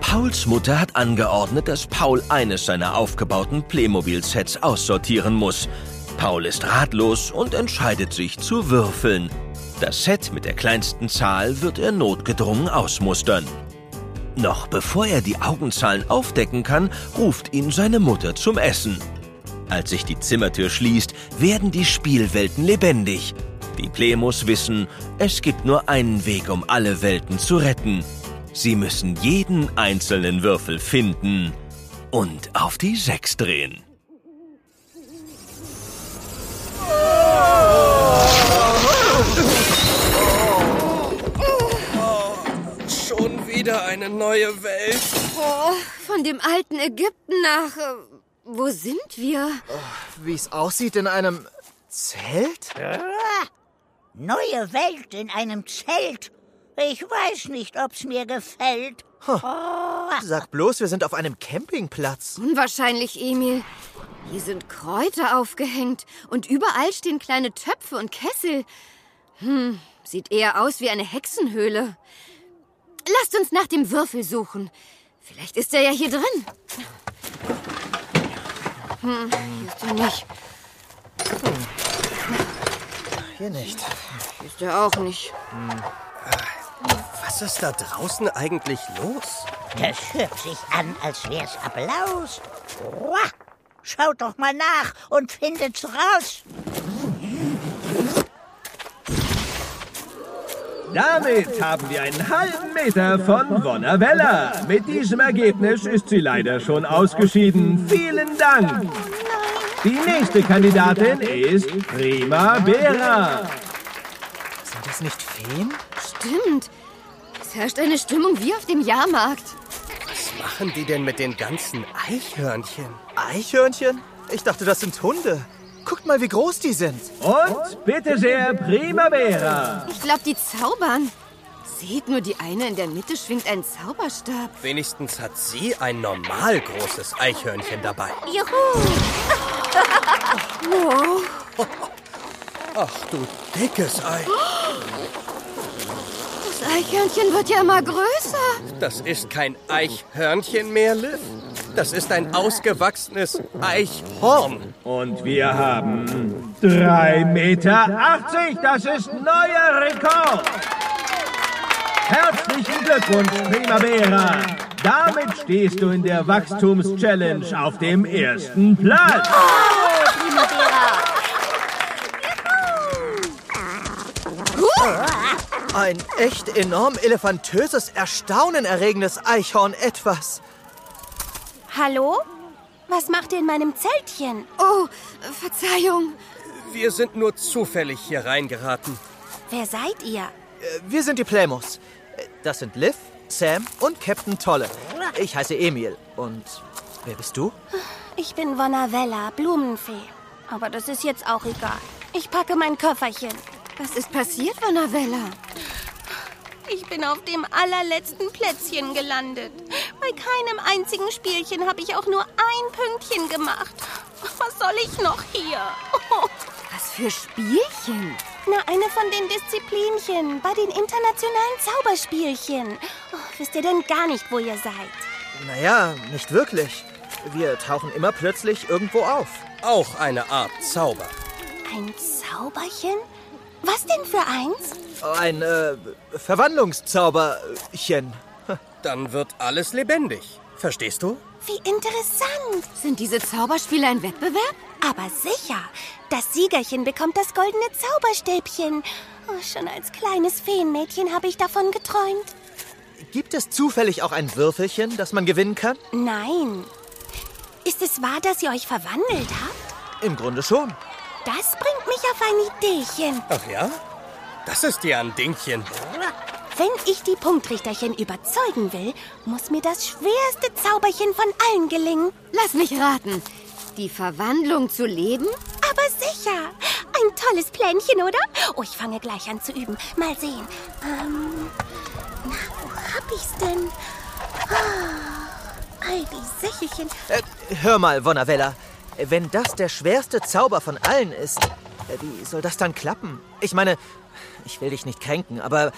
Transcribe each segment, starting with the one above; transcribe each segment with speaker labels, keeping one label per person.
Speaker 1: Pauls Mutter hat angeordnet, dass Paul eines seiner aufgebauten Playmobil-Sets aussortieren muss. Paul ist ratlos und entscheidet sich zu würfeln. Das Set mit der kleinsten Zahl wird er notgedrungen ausmustern. Noch bevor er die Augenzahlen aufdecken kann, ruft ihn seine Mutter zum Essen. Als sich die Zimmertür schließt, werden die Spielwelten lebendig. Die Plemos wissen, es gibt nur einen Weg, um alle Welten zu retten. Sie müssen jeden einzelnen Würfel finden und auf die Sechs drehen.
Speaker 2: Schon wieder eine neue Welt.
Speaker 3: Oh, von dem alten Ägypten nach. äh, Wo sind wir?
Speaker 4: Wie es aussieht in einem Zelt?
Speaker 5: Neue Welt in einem Zelt. Ich weiß nicht, ob's mir gefällt.
Speaker 4: Sag bloß, wir sind auf einem Campingplatz.
Speaker 3: Unwahrscheinlich, Emil. Hier sind Kräuter aufgehängt und überall stehen kleine Töpfe und Kessel. Hm, sieht eher aus wie eine Hexenhöhle. Lasst uns nach dem Würfel suchen. Vielleicht ist er ja hier drin. Hm, hier ist er nicht.
Speaker 4: Hier nicht.
Speaker 3: Hier ist er auch nicht.
Speaker 2: Was ist da draußen eigentlich los?
Speaker 5: Das hört sich an, als wär's Applaus. Uah. Schaut doch mal nach und findet's raus.
Speaker 6: Damit haben wir einen halben Meter von Wonavella. Mit diesem Ergebnis ist sie leider schon ausgeschieden. Vielen Dank. Die nächste Kandidatin ist Primavera.
Speaker 4: Sind das nicht Feen?
Speaker 3: Stimmt. Es herrscht eine Stimmung wie auf dem Jahrmarkt.
Speaker 2: Was machen die denn mit den ganzen Eichhörnchen?
Speaker 4: Eichhörnchen? Ich dachte, das sind Hunde. Guckt mal, wie groß die sind.
Speaker 6: Und bitte sehr, Primavera.
Speaker 3: Ich glaube, die zaubern. Seht nur, die eine in der Mitte schwingt einen Zauberstab.
Speaker 2: Wenigstens hat sie ein normal großes Eichhörnchen dabei.
Speaker 3: Wow.
Speaker 2: Ach du dickes Ei.
Speaker 3: Das Eichhörnchen wird ja immer größer.
Speaker 2: Das ist kein Eichhörnchen mehr, Liv. Das ist ein ausgewachsenes Eichhorn.
Speaker 6: Und wir haben 3,80 Meter. Das ist neuer Rekord. Herzlichen Glückwunsch, Primavera. Damit stehst du in der Wachstumschallenge auf dem ersten Platz.
Speaker 4: Ein echt enorm elefantöses, erstaunenerregendes Eichhorn etwas.
Speaker 7: Hallo? Was macht ihr in meinem Zeltchen?
Speaker 3: Oh, Verzeihung.
Speaker 2: Wir sind nur zufällig hier reingeraten.
Speaker 7: Wer seid ihr?
Speaker 4: Äh, Wir sind die Playmos. Äh, Das sind Liv, Sam und Captain Tolle. Ich heiße Emil. Und wer bist du?
Speaker 7: Ich bin Vonavella, Blumenfee. Aber das ist jetzt auch egal. Ich packe mein Köfferchen.
Speaker 3: Was ist passiert, Vanavella?
Speaker 7: Ich bin auf dem allerletzten Plätzchen gelandet. Bei keinem einzigen Spielchen habe ich auch nur ein Pünktchen gemacht. Was soll ich noch hier?
Speaker 3: Was für Spielchen?
Speaker 7: Na, eine von den Disziplinchen bei den internationalen Zauberspielchen. Oh, wisst ihr denn gar nicht, wo ihr seid?
Speaker 4: Naja, nicht wirklich. Wir tauchen immer plötzlich irgendwo auf.
Speaker 2: Auch eine Art Zauber.
Speaker 7: Ein Zauberchen? Was denn für eins?
Speaker 4: Ein äh, Verwandlungszauberchen.
Speaker 2: Dann wird alles lebendig. Verstehst du?
Speaker 7: Wie interessant.
Speaker 3: Sind diese Zauberspiele ein Wettbewerb?
Speaker 7: Aber sicher, das Siegerchen bekommt das goldene Zauberstäbchen. Oh, schon als kleines Feenmädchen habe ich davon geträumt.
Speaker 4: Gibt es zufällig auch ein Würfelchen, das man gewinnen kann?
Speaker 7: Nein. Ist es wahr, dass ihr euch verwandelt habt?
Speaker 4: Im Grunde schon.
Speaker 7: Das bringt mich auf ein Ideechen.
Speaker 2: Ach ja? Das ist ja ein Dingchen.
Speaker 7: Wenn ich die Punktrichterchen überzeugen will, muss mir das schwerste Zauberchen von allen gelingen.
Speaker 3: Lass mich raten. Die Verwandlung zu Leben?
Speaker 7: Aber sicher. Ein tolles Plänchen, oder? Oh, ich fange gleich an zu üben. Mal sehen. Ähm, na, wo hab ich's denn? Ah, all die Sächelchen.
Speaker 4: Äh, hör mal, Vonavella. Wenn das der schwerste Zauber von allen ist, äh, wie soll das dann klappen? Ich meine, ich will dich nicht kränken, aber äh,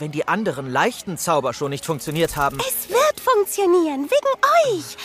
Speaker 4: wenn die anderen leichten Zauber schon nicht funktioniert haben,
Speaker 7: Es wird funktionieren, wegen euch.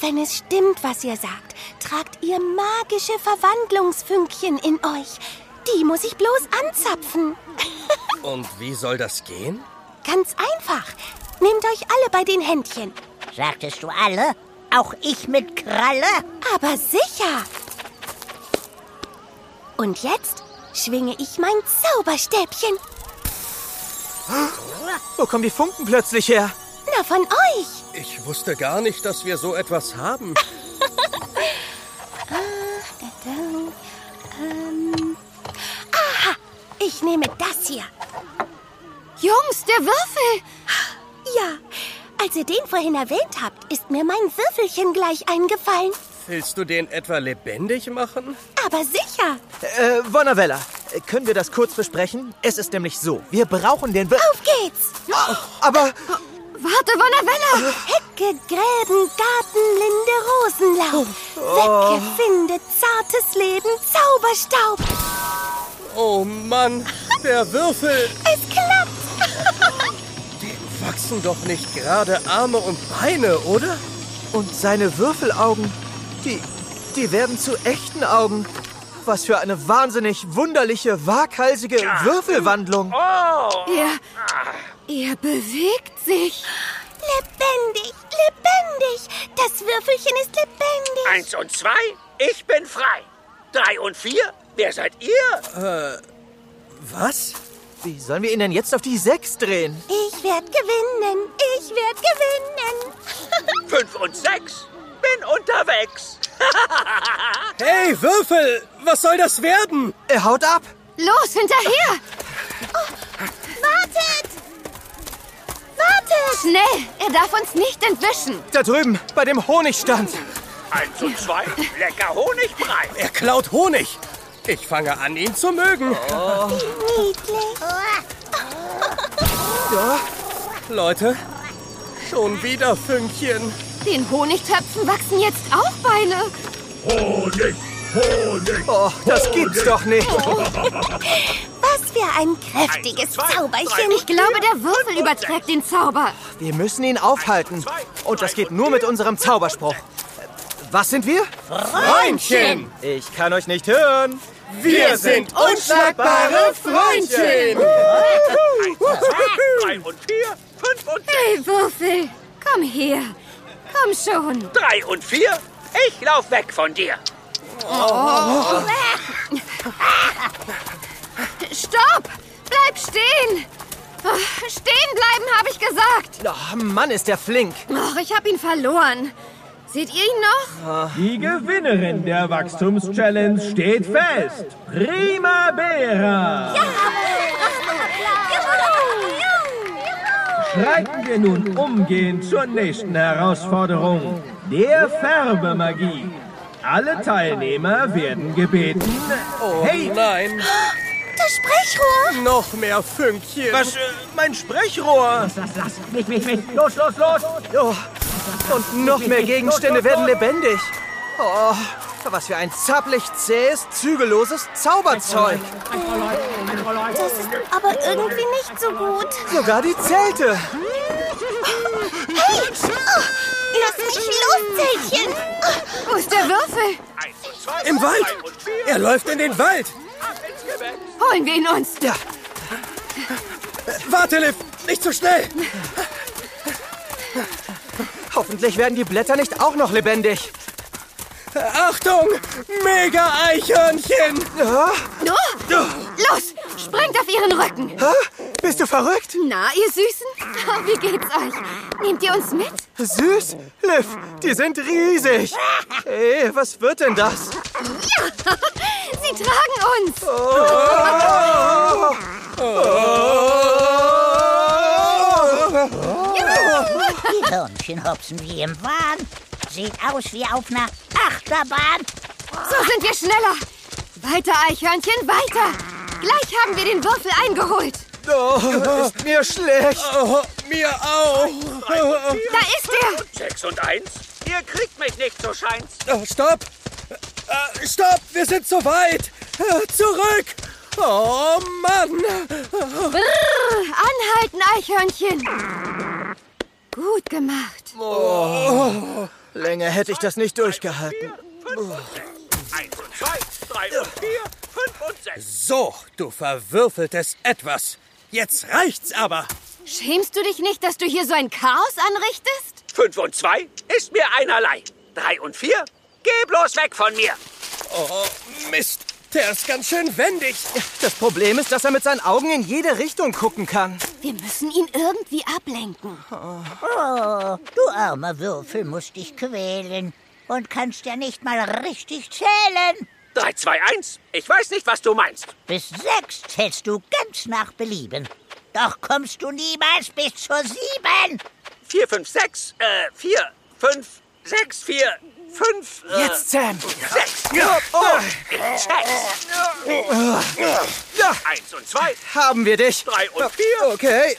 Speaker 7: Wenn es stimmt, was ihr sagt, tragt ihr magische Verwandlungsfünkchen in euch. Die muss ich bloß anzapfen.
Speaker 2: Und wie soll das gehen?
Speaker 7: Ganz einfach. Nehmt euch alle bei den Händchen.
Speaker 5: Sagtest du alle? Auch ich mit Kralle?
Speaker 7: Aber sicher. Und jetzt schwinge ich mein Zauberstäbchen.
Speaker 4: Wo kommen die Funken plötzlich her?
Speaker 7: Na, von euch.
Speaker 2: Ich wusste gar nicht, dass wir so etwas haben.
Speaker 7: Ähm, aha, ich nehme das hier.
Speaker 3: Jungs, der Würfel!
Speaker 7: Ja, als ihr den vorhin erwähnt habt, ist mir mein Würfelchen gleich eingefallen.
Speaker 2: Willst du den etwa lebendig machen?
Speaker 7: Aber sicher,
Speaker 4: Äh, Wonavella, äh, können wir das kurz besprechen? Es ist nämlich so, wir brauchen den... Be
Speaker 7: auf geht's.
Speaker 4: Aber...
Speaker 3: Warte, Wonavella!
Speaker 7: Hecke, Gräben, Garten, Linde, Rosenlaub. Wecke, Finde, zartes Leben, Zauberstaub.
Speaker 2: Oh Mann, der Würfel!
Speaker 7: Es klappt.
Speaker 2: Wachsen doch nicht gerade Arme und Beine, oder?
Speaker 4: äh, Und seine Würfelaugen, die... die werden zu echten Augen. Was für eine wahnsinnig wunderliche, waghalsige Würfelwandlung.
Speaker 3: Er, er bewegt sich.
Speaker 7: Lebendig, lebendig. Das Würfelchen ist lebendig.
Speaker 8: Eins und zwei, ich bin frei. Drei und vier, wer seid ihr?
Speaker 2: Was?
Speaker 4: Wie sollen wir ihn denn jetzt auf die Sechs drehen?
Speaker 7: Ich werd gewinnen, ich werd gewinnen.
Speaker 8: Fünf und sechs, bin unterwegs.
Speaker 2: Hey, Würfel! Was soll das werden?
Speaker 4: Er haut ab.
Speaker 3: Los, hinterher!
Speaker 7: Wartet! Wartet!
Speaker 3: Schnell! Er darf uns nicht entwischen.
Speaker 4: Da drüben, bei dem Honigstand.
Speaker 8: Eins und zwei, lecker Honigbrei.
Speaker 2: Er klaut Honig. Ich fange an, ihn zu mögen. Oh.
Speaker 7: Niedlich.
Speaker 2: Leute, schon wieder Fünkchen.
Speaker 3: Den Honigtöpfen wachsen jetzt auch Beine.
Speaker 8: Honig, Honig.
Speaker 4: Oh, das gibt's doch nicht.
Speaker 7: Was für ein kräftiges
Speaker 8: Eins, zwei,
Speaker 7: Zauberchen.
Speaker 8: drei.
Speaker 3: Ich glaube, der Würfel überträgt den Zauber.
Speaker 4: Wir müssen ihn aufhalten. Und das geht nur mit unserem Zauberspruch. Was sind wir?
Speaker 2: Freundchen!
Speaker 4: Ich kann euch nicht hören.
Speaker 2: Wir sind unschlagbare Freundchen!
Speaker 8: Drei und vier, fünf und sechs.
Speaker 3: Hey, Würfel, komm her. Komm schon.
Speaker 8: Drei und vier, ich lauf weg von dir.
Speaker 3: Stopp! Bleib stehen! Ah, Stehen bleiben, habe ich gesagt.
Speaker 4: Oh, Mann, ist der flink.
Speaker 3: Och, ich habe ihn verloren. Seht ihr ihn noch?
Speaker 6: Die Gewinnerin der Wachstumschallenge steht fest. Primavera! Schreiten wir nun umgehend zur nächsten Herausforderung, der Färbemagie. Alle Teilnehmer werden gebeten.
Speaker 2: Hey, nein,
Speaker 7: Das Sprechrohr.
Speaker 2: noch mehr Fünkchen.
Speaker 4: Was? mein Sprechrohr.
Speaker 6: Los, los, los!
Speaker 4: Oh, und noch mehr Gegenstände werden lebendig. Oh, was für ein zappelig zähes, zügelloses Zauberzeug.
Speaker 7: Das ist aber irgendwie nicht so gut.
Speaker 4: Sogar die Zelte.
Speaker 7: Hey! Oh, lass mich los, Zeltchen.
Speaker 3: Wo ist der Würfel?
Speaker 8: Eins und zwei,
Speaker 2: Im
Speaker 8: drei und vier,
Speaker 2: Wald! Er läuft in den Wald!
Speaker 8: ab ins Gewächs.
Speaker 3: Holen wir ihn uns.
Speaker 4: Ja,
Speaker 2: Warte, Liv! Nicht so schnell!
Speaker 4: hoffentlich werden die Blätter nicht auch noch lebendig.
Speaker 2: Achtung! Mega-Eichhörnchen!
Speaker 3: Oh, los, springt auf ihren Rücken.
Speaker 4: Hä? Bist du verrückt?
Speaker 3: Na, ihr Süßen, wie geht's euch? Nehmt ihr uns mit?
Speaker 4: Süß? Liv, die sind riesig. Ey, was wird denn das?
Speaker 3: Sie tragen uns.
Speaker 4: Oh,
Speaker 5: Oh, Die Hörnchen hopsen wie im Wahn. Sieht aus wie auf einer Achterbahn.
Speaker 3: So sind wir schneller. Weiter, Eichhörnchen, weiter. Gleich haben wir den Würfel eingeholt.
Speaker 4: Oh, ist mir schlecht.
Speaker 2: Oh, mir auch!
Speaker 3: Da ist er.
Speaker 8: Sechs und eins, ihr kriegt mich nicht, so scheint's.
Speaker 2: Oh, stopp! Äh, Stopp! Wir sind zu weit! Äh, Zurück! Oh Mann!
Speaker 3: Brrr, anhalten, Eichhörnchen. Gut gemacht. geschafft.
Speaker 4: Länger hätte ich das nicht durchgehalten.
Speaker 8: Eins und zwei, drei und vier, fünf und sechs.
Speaker 2: So, du verwürfeltes Etwas. Jetzt reicht's aber.
Speaker 3: Schämst du dich nicht, dass du hier so ein Chaos anrichtest?
Speaker 8: Fünf und zwei ist mir einerlei. Drei und vier, geh bloß weg von mir.
Speaker 2: Oh, Mist. Der ist ganz schön wendig.
Speaker 4: Das Problem ist, dass er mit seinen Augen in jede Richtung gucken kann.
Speaker 3: Wir müssen ihn irgendwie ablenken.
Speaker 5: Oh, du armer Würfel musst dich quälen und kannst ja nicht mal richtig zählen.
Speaker 8: Drei, zwei, eins. Ich weiß nicht, was du meinst.
Speaker 5: Bis sechs zählst du ganz nach Belieben. Doch kommst du niemals bis zur sieben.
Speaker 8: Vier, fünf, sechs, äh, vier, fünf, sechs, vier, fünf, äh,
Speaker 4: Jetzt, Sam!
Speaker 8: sechs.
Speaker 4: Oh.
Speaker 8: Sechs. Eins und zwei,
Speaker 4: Haben wir dich!
Speaker 8: drei und vier,
Speaker 4: Okay,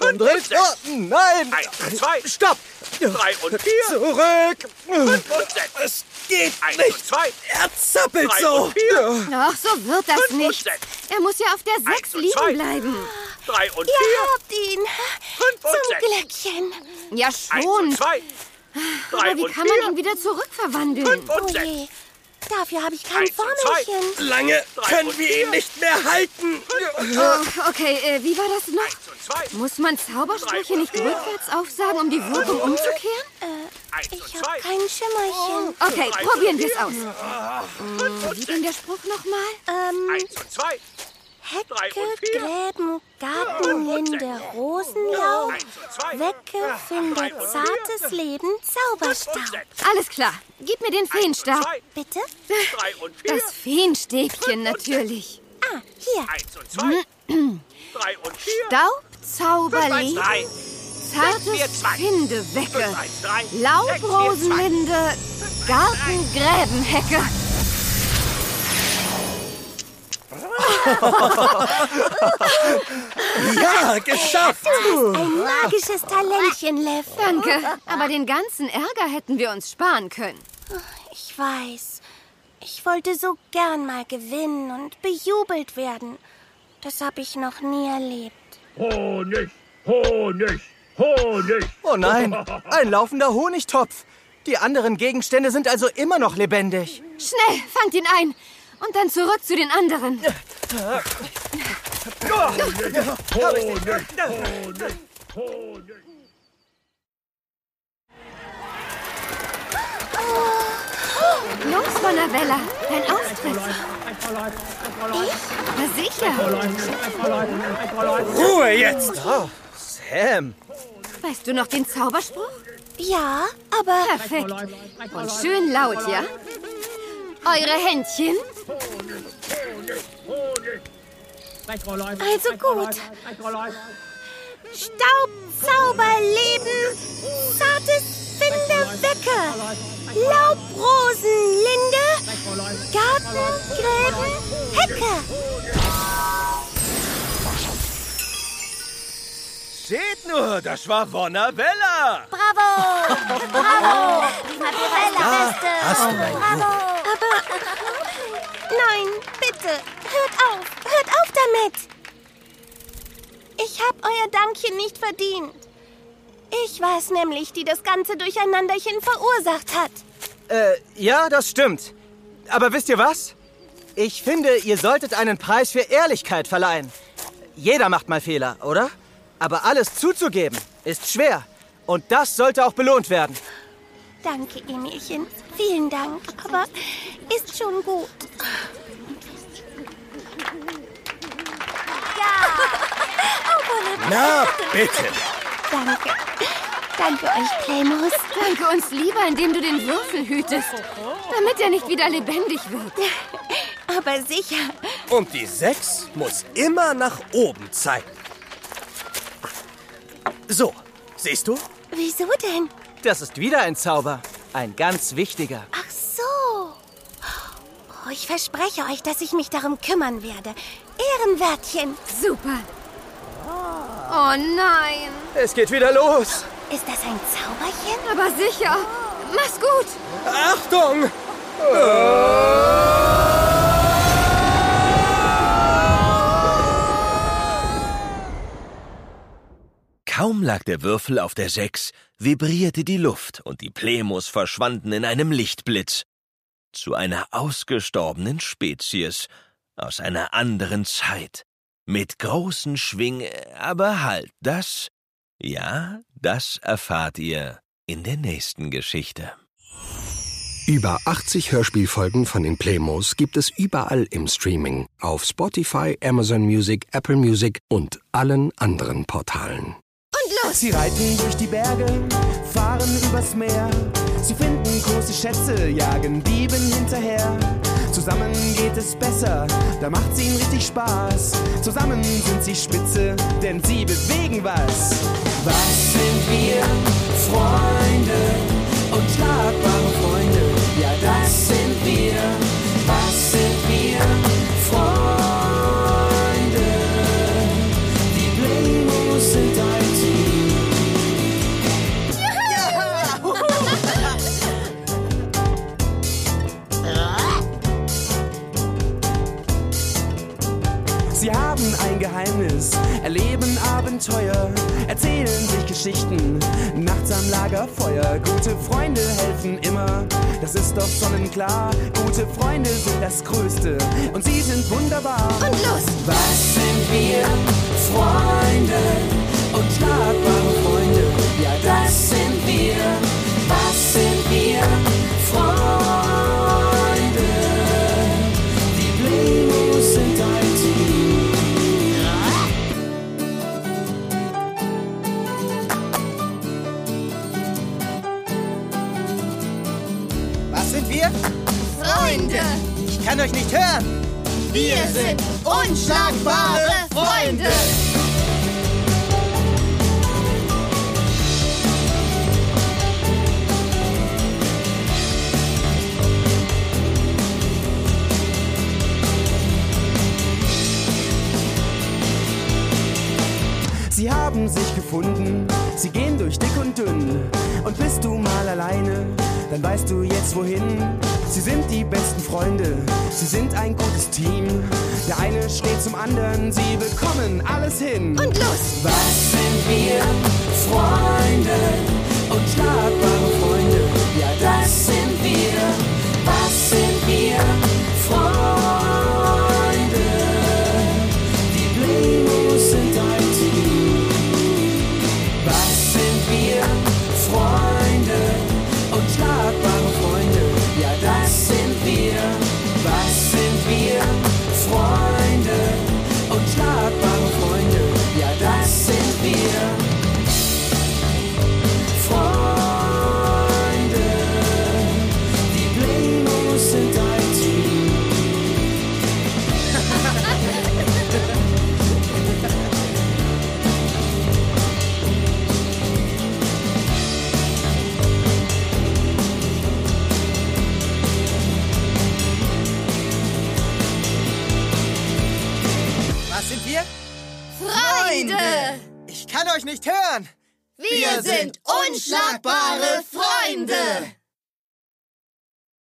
Speaker 4: umdreht.
Speaker 8: sechs.
Speaker 4: Oh, nein!
Speaker 8: Eins und zwei.
Speaker 4: Stopp!
Speaker 8: drei und vier,
Speaker 4: Zurück!
Speaker 8: fünf und sechs.
Speaker 4: Es geht
Speaker 8: Eins und
Speaker 4: nicht!
Speaker 8: zwei,
Speaker 4: Er zappelt
Speaker 8: drei
Speaker 4: so!
Speaker 8: und vier,
Speaker 3: Doch, so wird das
Speaker 8: Fünf und
Speaker 3: nicht.
Speaker 8: sechs.
Speaker 3: Er muss ja auf der 6
Speaker 8: und zwei.
Speaker 3: liegen bleiben.
Speaker 8: drei und
Speaker 7: Ihr
Speaker 8: vier,
Speaker 7: habt ihn.
Speaker 8: fünf und
Speaker 7: Zum
Speaker 8: sechs.
Speaker 7: Glückchen.
Speaker 3: Ja,
Speaker 8: Eins und
Speaker 3: schon.
Speaker 8: zwei, drei
Speaker 3: Aber wie
Speaker 8: und
Speaker 3: kann man
Speaker 8: vier,
Speaker 3: ihn wieder zurückverwandeln?
Speaker 8: fünf und
Speaker 7: Oh
Speaker 8: sechs.
Speaker 7: je. Dafür habe ich kein
Speaker 8: Eins und zwei.
Speaker 7: Formelchen.
Speaker 2: Lange
Speaker 8: Drei und
Speaker 2: können wir
Speaker 8: vier.
Speaker 2: ihn nicht mehr halten.
Speaker 3: Oh, okay, äh, wie war das noch?
Speaker 8: Eins und zwei,
Speaker 3: Muss man Zaubersprüche nicht rückwärts aufsagen, um die Wirkung umzukehren?
Speaker 8: eins und
Speaker 7: Ich habe
Speaker 8: zwei,
Speaker 7: kein Schimmerchen.
Speaker 3: Okay,
Speaker 8: Drei,
Speaker 3: probieren wir es aus. Hm,
Speaker 8: fünf und
Speaker 3: Wie
Speaker 8: sechs.
Speaker 3: denn der Spruch nochmal?
Speaker 7: Ähm,
Speaker 8: Eins und zwei, drei
Speaker 7: Hecke,
Speaker 8: und vier.
Speaker 7: Gräben, Gartenlinde, Rosenlauch.
Speaker 8: eins und zwei,
Speaker 7: Wecke, finde zartes Leben,
Speaker 8: fünf und
Speaker 7: Zauberstab.
Speaker 8: sechs.
Speaker 3: Alles klar, gib mir den
Speaker 8: Eins und
Speaker 3: Feenstab.
Speaker 8: zwei,
Speaker 7: Bitte?
Speaker 8: drei und vier,
Speaker 3: Das Feenstäbchen natürlich.
Speaker 7: Ah, hier.
Speaker 8: eins und zwei, drei und vier,
Speaker 3: Staubzauberlicht,
Speaker 8: drei, vier,
Speaker 3: zartes
Speaker 8: zwei.
Speaker 3: Findewecke,
Speaker 8: fünf, eins, drei, sechs, vier, zwei.
Speaker 3: Laubrosenlinde, Gartengräbenhecke.
Speaker 2: Ja, geschafft.
Speaker 7: Ein magisches Talentchen, Lev.
Speaker 3: Danke, aber den ganzen Ärger hätten wir uns sparen können.
Speaker 7: Ich weiß. Ich wollte so gern mal gewinnen und bejubelt werden. Das habe ich noch nie erlebt.
Speaker 6: Honig, Honig, Honig.
Speaker 4: Oh nein, ein laufender Honigtopf. Die anderen Gegenstände sind also immer noch lebendig.
Speaker 3: Schnell, fangt ihn ein. Und dann zurück zu den anderen. Los, Bonavella, dein Auftritt. Ich? Na sicher.
Speaker 2: Ruhe jetzt.
Speaker 4: Sam!
Speaker 3: Weißt du noch den Zauberspruch?
Speaker 7: Ja, aber
Speaker 3: Perfekt. Und schön laut, ja? Eure Händchen?
Speaker 7: also gut. Staub, Zauber, Leben, zartes Finderwecke, Laubrosenlinde, Gartengräben, Hecke.
Speaker 2: Seht nur, das war Wonavella.
Speaker 7: Bravo! Bravo! Primavera Beste! Bravo! Aber... Nein, bitte! Hört auf! Hört auf damit! Ich habe euer Dankchen nicht verdient. Ich war es nämlich, die das ganze Durcheinanderchen verursacht hat.
Speaker 4: Äh, ja, das stimmt. Aber wisst ihr was? Ich finde, ihr solltet einen Preis für Ehrlichkeit verleihen. Jeder macht mal Fehler, oder? Aber alles zuzugeben ist schwer. Und das sollte auch belohnt werden.
Speaker 7: Danke, Emilchen. Vielen Dank. Aber ist schon gut.
Speaker 2: Na bitte.
Speaker 7: Danke. Danke euch, Playmoose.
Speaker 3: Danke uns lieber, indem du den Würfel hütest, damit er nicht wieder lebendig wird.
Speaker 7: Aber sicher.
Speaker 2: Und die 6 muss immer nach oben zeigen. So, siehst du?
Speaker 7: Wieso denn?
Speaker 4: Das ist wieder ein Zauber. Ein ganz wichtiger.
Speaker 7: Ach so. Oh, ich verspreche euch, dass ich mich darum kümmern werde. Ehrenwörtchen.
Speaker 3: Super. Oh nein.
Speaker 4: Es geht wieder los.
Speaker 7: Ist das ein Zauberchen?
Speaker 3: Aber sicher. Mach's gut.
Speaker 4: Achtung!
Speaker 1: Kaum lag der Würfel auf der Sechs, vibrierte die Luft und die Plemos verschwanden in einem Lichtblitz. Zu einer ausgestorbenen Spezies, aus einer anderen Zeit, mit großen Schwingen, aber halt, das, ja, das erfahrt ihr in der nächsten Geschichte.
Speaker 9: Über 80 Hörspielfolgen von den Playmos gibt es überall im Streaming, auf Spotify, Amazon Music, Apple Music und allen anderen Portalen.
Speaker 3: Und los!
Speaker 10: Sie reiten durch die Berge, fahren übers Meer. Sie finden große Schätze, jagen Dieben hinterher. Zusammen geht es besser, da macht's ihnen richtig Spaß. Zusammen sind sie spitze, denn sie bewegen was. Was sind wir? Freunde und schlagbare Freunde, ja das sind wir, was sind wir? Freunde, die Blingos sind ein Team. Sie haben ein Geheimnis, erleben Abenteuer, erzählen sich Geschichten, nachts am Lagerfeuer. Gute Freunde helfen immer, das ist doch sonnenklar. Gute Freunde sind das Größte und sie sind wunderbar.
Speaker 3: Und los!
Speaker 10: Was sind wir? Freunde und schlagbare Freunde, ja das sind wir. Was sind wir? Freunde, die Blingos sind ein Team.
Speaker 4: Was sind wir?
Speaker 3: Freunde!
Speaker 4: Ich kann euch nicht hören.
Speaker 3: Wir sind unschlagbare Freunde!
Speaker 10: Sie haben sich gefunden, sie gehen durch dick und dünn. Und bist du mal alleine, dann weißt du jetzt wohin. Sie sind die besten Freunde, sie sind ein gutes Team. Der eine steht zum anderen, sie bekommen alles hin.
Speaker 3: Und los!
Speaker 10: Was sind wir? Freunde und schlagbare Freunde. Ja, das sind wir. Was sind wir? Freunde. Die Blingos sind ein Team. Was sind wir? Freunde und schlagbare Freunde. Ja, das sind wir. Was sind wir? Freunde und schlagbare Freunde. Ja, das sind wir. Freunde, die Blingos sind ein Team.
Speaker 4: Was sind wir?
Speaker 3: Freunde!
Speaker 4: Ich kann euch nicht hören.
Speaker 3: Wir sind unschlagbare Freunde!